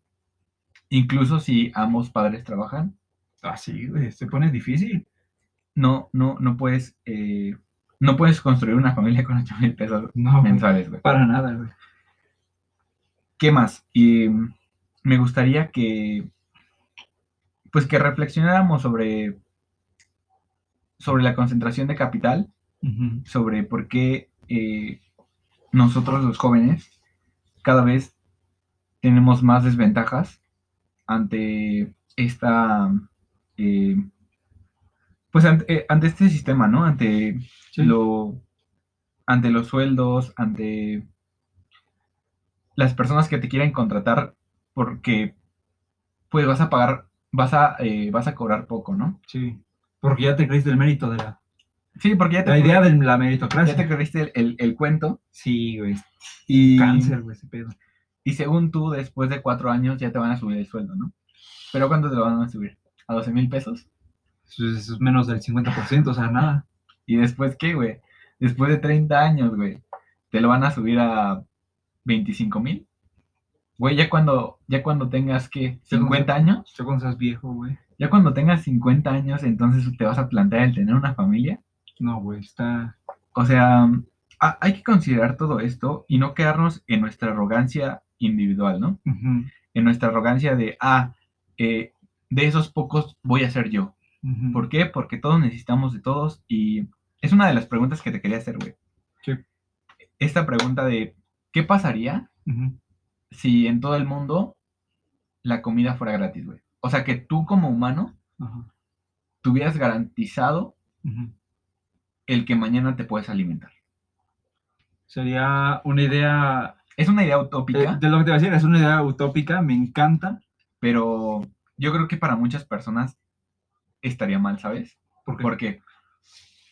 Incluso si ambos padres trabajan,
Así, Ah, güey, se pone difícil.
no, no, no puedes, eh, no puedes construir una familia con 8 mil pesos
No, güey,
mensuales, güey.
para nada, güey.
¿Qué más? Y mm, me gustaría que, pues que reflexionáramos sobre, sobre la concentración de capital
Ujú.
sobre por qué eh, nosotros los jóvenes cada vez tenemos más desventajas ante esta eh, pues ante, eh, ante este sistema, ¿no? Ante
Sí.
lo ante los sueldos, ante las personas que te quieren contratar porque pues vas a pagar, vas a eh, vas a cobrar poco, ¿no?
Sí. Porque ya te creíste el mérito de la,
Sí, porque ya te,
la idea de la
ya
meritocracia.
te creíste el, el- el cuento
Sí, güey.
y
Cáncer, güey, ese pedo.
Y según tú, después de cuatro años ya te van a subir el sueldo, ¿no? Pero ¿cuánto te lo van a subir? ¿A 12 mil pesos?
Eso es, eso es menos del 50%, o sea, nada.
¿Y después qué, güey? Después de 30 años, güey, te lo van a subir a 25 mil. Güey, ya cuando, ya cuando tengas, ¿qué?
Sí, güey.
¿50 años?
Ya cuando seas viejo, güey.
Ya cuando tengas 50 años, entonces te vas a plantear el tener una familia.
No, güey, está.
O sea, ha- hay que considerar todo esto y no quedarnos en nuestra arrogancia individual, ¿no?
Ujú,
En nuestra arrogancia de, ah, eh, de esos pocos voy a ser yo.
ujú.
¿Por qué? Porque todos necesitamos de todos y es una de las preguntas que te quería hacer, güey.
Sí.
Esta pregunta de ¿qué pasaría
Ujú.
si en todo el mundo la comida fuera gratis, güey? O sea, que tú como humano
Ajá,
tuvieras garantizado
ujú.
el que mañana te puedes alimentar.
Sería una idea.
Es una idea
eh,
utópica,
de lo que te voy a decir, es una idea utópica, me encanta.
pero yo creo que para muchas personas estaría mal, ¿sabes?
Porque,
¿Por qué?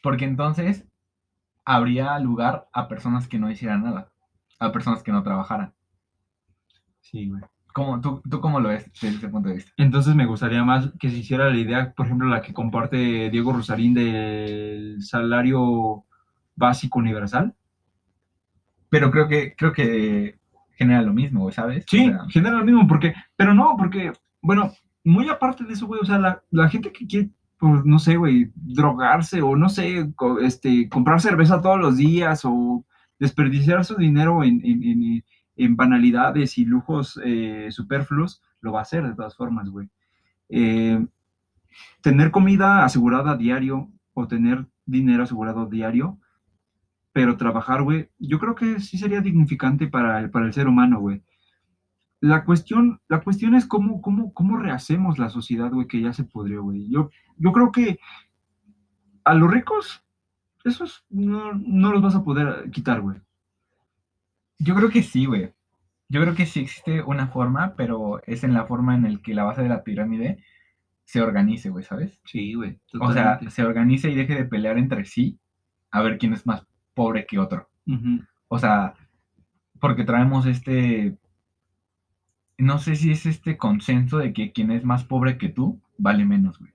Porque entonces habría lugar a personas que no hicieran nada, a personas que no trabajaran.
Sí, güey.
¿Cómo, tú, ¿Tú cómo lo ves desde ese punto de vista?
Entonces me gustaría más que se hiciera la idea, por ejemplo, la que comparte Diego Rosarín del salario básico universal.
Pero creo que, creo que genera lo mismo, güey, ¿sabes? O
Sí,
sea,
genera lo mismo, porque, pero no, porque, bueno, muy aparte de eso, güey, o sea, la, la gente que quiere, pues, no sé, güey, drogarse o no sé, co- este, comprar cerveza todos los días o desperdiciar su dinero en, en- en- en banalidades y lujos eh, superfluos, lo va a hacer de todas formas, güey. Eh, tener comida asegurada a diario o tener dinero asegurado diario, pero trabajar, güey, yo creo que sí sería dignificante para el- para el ser humano, güey. La cuestión, la cuestión es cómo, cómo, cómo rehacemos la sociedad, güey, que ya se podrió, güey. Yo, yo creo que a los ricos, esos no, no los vas a poder quitar, güey.
yo creo que sí, güey. Yo creo que sí existe una forma, pero es en la forma en el que la base de la pirámide se organice, güey, ¿sabes?
Sí, güey.
O sea, se organice y deje de pelear entre sí a ver quién es más pobre que otro. O sea, porque traemos este, no sé si es este consenso de que quien es más pobre que tú vale menos, güey.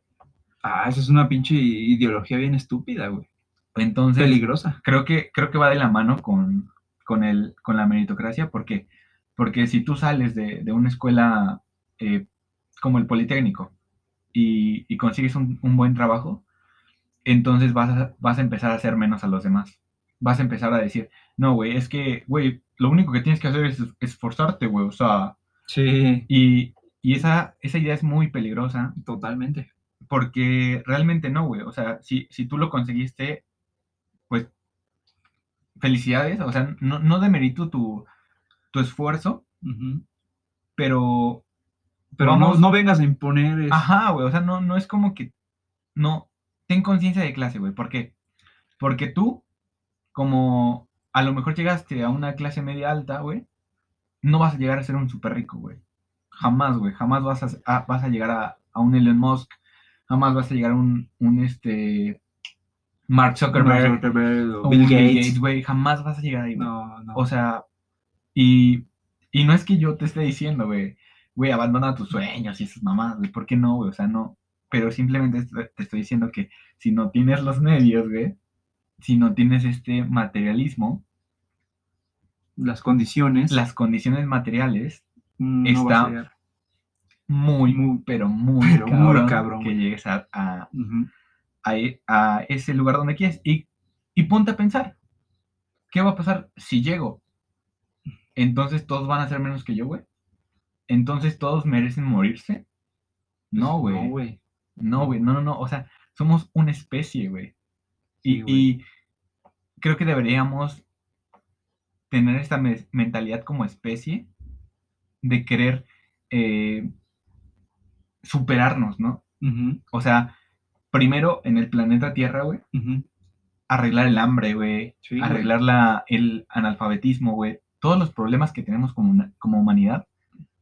Ah, esa es una pinche ideología bien estúpida, güey.
Entonces,
Peligrosa.
creo que, creo que va de la mano con, con, el, con la meritocracia. ¿Por qué? Porque si tú sales de, de una escuela eh, como el Politécnico y, y consigues un, un buen trabajo, entonces vas a, vas a empezar a hacer menos a los demás. Vas a empezar a decir, no, güey, es que, güey, lo único que tienes que hacer es esforzarte, güey. O sea,
Sí,
y, y esa, esa idea es muy peligrosa
totalmente.
porque realmente no, güey. O sea, si, si tú lo conseguiste, pues felicidades. O sea, no, no demerito tu, tu esfuerzo,
Ujú.
pero...
Pero no,
Vamos-
no vengas a imponer. es-
Ajá, güey. O sea, no, no es como que... No, ten conciencia de clase, güey. ¿Por qué? Porque tú, como a lo mejor llegaste a una clase media alta, güey, no vas a llegar a ser un súper rico, güey. Jamás, güey. Jamás vas a, a- vas a llegar a, a un Elon Musk. Jamás vas a llegar a un, un este, Mark Zuckerberg.
Mark Zuckerberg o
o
Bill
un
Gates.
güey. Jamás vas a llegar ahí, güey.
No, no.
O sea, y, y no es que yo te esté diciendo, güey, güey, abandona tus sueños y esas mamás, güey. ¿Por qué no, güey? O sea, no. pero simplemente est- te estoy diciendo que si no tienes los medios, güey, si no tienes este materialismo,
Las condiciones
las condiciones materiales,
mm, no va a
está-
ser.
muy, muy, pero muy,
Pero muy
cabrón,
cabrón,
que
güey.
llegues a, a-
Ujú.
a e- a ese lugar donde quieres. Y, y ponte a pensar, ¿qué va a pasar si llego? Entonces todos van a ser menos que yo, güey. Entonces todos merecen morirse. No, güey.
Pues, No, güey.
No, güey, no, no, no. O sea, somos una especie, güey. Y,
Sí, güey.
y creo que deberíamos tener esta mes- mentalidad como especie de querer eh, superarnos, ¿no?
Ujú,
O sea, primero en el planeta Tierra, güey,
ujú.
arreglar el hambre, güey,
Sí, güey.
arreglar la, el analfabetismo, güey, todos los problemas que tenemos como, una- como humanidad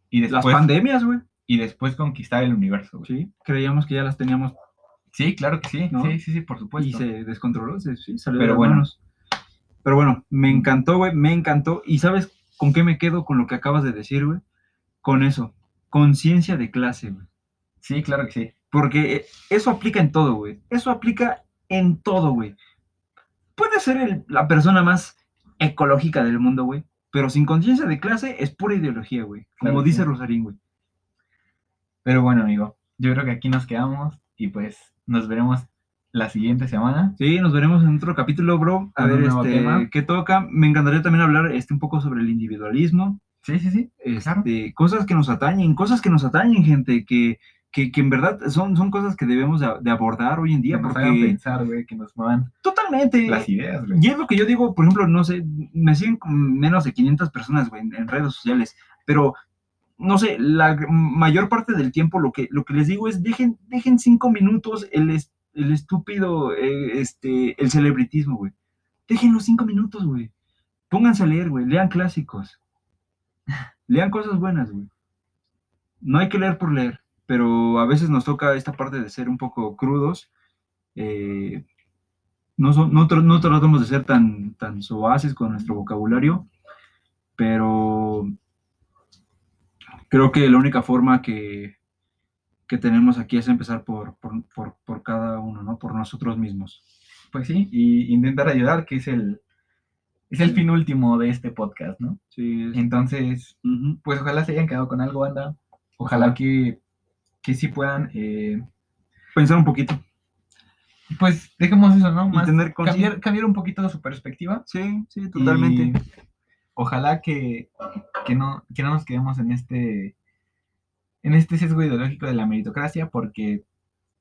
y
Las
después,
pandemias, güey.
y después conquistar el universo, güey.
Sí, creíamos que ya las teníamos
Sí, claro que sí,
¿No?
sí, sí, sí, por supuesto.
y se descontroló, se, sí, salió
Pero
de las
bueno. Mm.
manos. Pero bueno, me encantó, güey, me encantó. ¿Y sabes con qué me quedo con lo que acabas de decir, güey? Con eso, conciencia de clase, güey.
Sí, claro que sí.
Porque eso aplica en todo, güey. Eso aplica en todo, güey. Puede ser el- la persona más ecológica del mundo, güey. Pero sin conciencia de clase es pura ideología, güey. Como
Claro que
dice
sí.
Rosarín, güey.
Pero bueno, amigo, yo creo que aquí nos quedamos y pues nos veremos la siguiente semana.
Sí, nos veremos en otro capítulo, bro. A
Con un
ver,
nuevo
este,
tema.
¿qué toca? Me encantaría también hablar este, un poco sobre el individualismo.
Sí, sí, sí. Claro.
este, cosas que nos atañen, cosas que nos atañen, gente, que, que, que en verdad son, son cosas que debemos de, de abordar hoy en
Que
día,
nos hagan
porque
pensar, güey, que nos muevan
totalmente,
las ideas, güey.
y es lo que yo digo, por ejemplo, no sé, me siguen con menos de 500 personas, güey, en, en redes sociales, pero no sé, la gr- mayor parte del tiempo lo que, lo que les digo es dejen, dejen cinco minutos el, es- el estúpido, eh, este, el celebritismo, güey. Dejen los cinco minutos, güey. Pónganse a leer, güey. Lean clásicos. Lean cosas buenas, güey. No hay que leer por leer, pero a veces nos toca esta parte de ser un poco crudos. eh, no, so- no, tra- no tratamos de ser tan, tan soaces con nuestro vocabulario, pero creo que la única forma que, que tenemos aquí es empezar por, por, por- por cada uno, ¿no? Por nosotros mismos.
Pues sí, y intentar ayudar, que es el, es el
Sí.
fin último de este podcast, ¿no?
Sí, es-
Entonces,
ujú.
pues ojalá se hayan quedado con algo, anda. Ojalá
Ojalá.
que, que sí puedan, eh,
Pensar un poquito.
pues dejemos eso, ¿no?
Y
Más,
tener consci-
cambiar, cambiar un poquito su perspectiva.
Sí, sí,
y
totalmente.
Ojalá que, que, no, que no nos quedemos en este, en este sesgo ideológico de la meritocracia, porque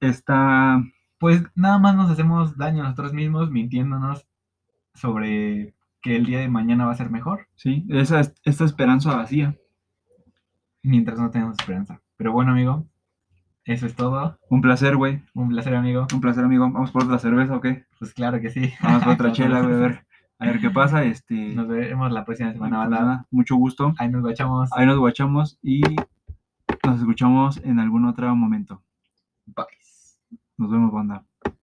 Está,
pues nada más nos hacemos daño a nosotros mismos mintiéndonos sobre que el día de mañana va a ser mejor,
sí, esa, es- esta esperanza vacía.
mientras no tenemos esperanza. Pero bueno, amigo, eso es todo.
Un placer, güey.
Un placer, amigo.
Un placer, amigo. Vamos por otra cerveza, ¿o qué?
Pues claro que sí.
Vamos por otra chela, güey. A ver, a ver qué pasa. Este,
Nos veremos la próxima semana,
pues
banda.
nada, mucho gusto.
Ahí nos guachamos.
Ahí nos guachamos y nos escuchamos en algún otro momento.
Bye.
Nos vemos, banda.